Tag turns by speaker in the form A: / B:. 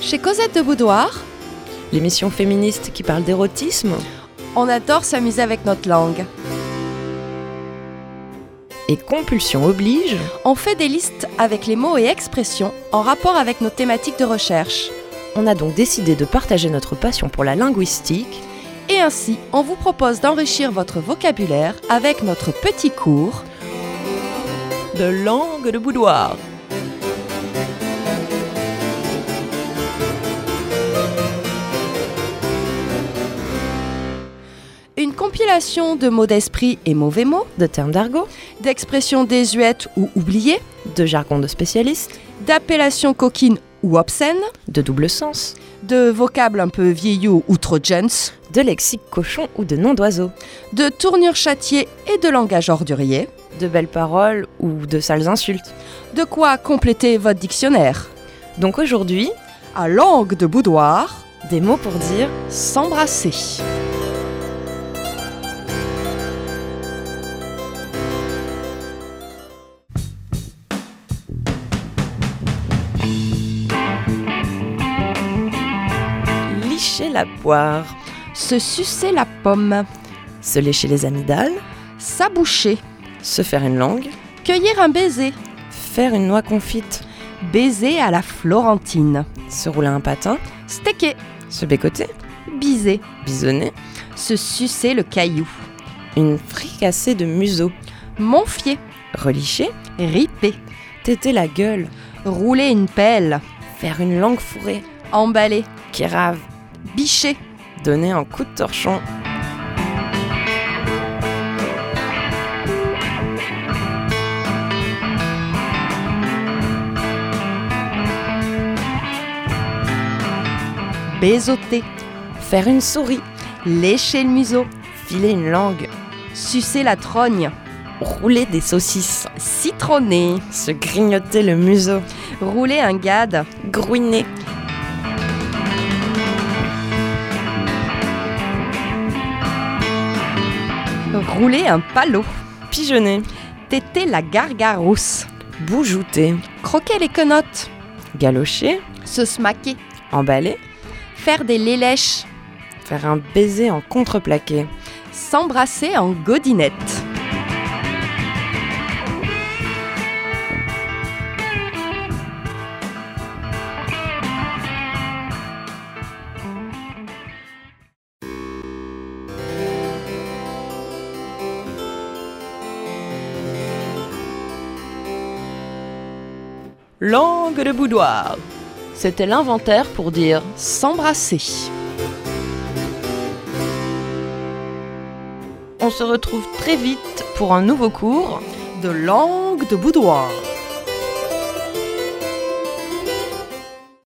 A: chez Cosette de Boudoir.
B: L'émission féministe qui parle d'érotisme.
A: On adore s'amuser avec notre langue.
B: Et compulsion oblige.
A: On fait des listes avec les mots et expressions en rapport avec nos thématiques de recherche.
B: On a donc décidé de partager notre passion pour la linguistique.
A: Et ainsi, on vous propose d'enrichir votre vocabulaire avec notre petit cours
B: de langue de boudoir.
A: Une compilation de mots d'esprit et mauvais mots,
B: De termes d'argot,
A: d'expressions désuètes ou oubliées,
B: de jargon de spécialiste,
A: d'appellations coquines ou obscènes,
B: de double sens,
A: de vocables un peu vieillots ou trop jeunes,
B: de lexique cochon ou de nom d'oiseau,
A: de tournures châtiées et de langage ordurier,
B: de belles paroles ou de sales insultes.
A: de quoi compléter votre dictionnaire.
B: Donc aujourd'hui,
A: À langue de boudoir,
B: des mots pour dire
A: s'embrasser.
B: licher la poire,
A: Se sucer la pomme,
B: se lécher les amygdales,
A: s'aboucher,
B: se faire une langue,
A: cueillir un baiser,
B: faire une noix confite,
A: baiser à la florentine,
B: se rouler un patin,
A: stecker,
B: se bécoter,
A: biser,
B: bisonner,
A: se sucer le caillou,
B: une fricassée de museau,
A: monfier,
B: relicher,
A: riper,
B: téter la gueule,
A: rouler une pelle,
B: faire une langue fourrée,
A: emballer,
B: qui rave,
A: bicher,
B: donner un coup de torchon,
A: baisoter,
B: faire une souris,
A: lécher le museau,
B: filer une langue,
A: sucer la trogne,
B: rouler des saucisses,
A: citronner,
B: se grignoter le museau,
A: rouler un gade,
B: grouiner,
A: rouler un palot,
B: pigeonner,
A: téter la gargarousse,
B: boujouter,
A: croquer les quenottes,
B: galocher,
A: se smaquer,
B: emballer,
A: faire des lélèches,
B: faire un baiser en contreplaqué,
A: s'embrasser en godinette.
B: langue de boudoir. C'était l'inventaire pour dire
A: S'embrasser.
B: on se retrouve très vite pour un nouveau cours.
A: De langue de boudoir.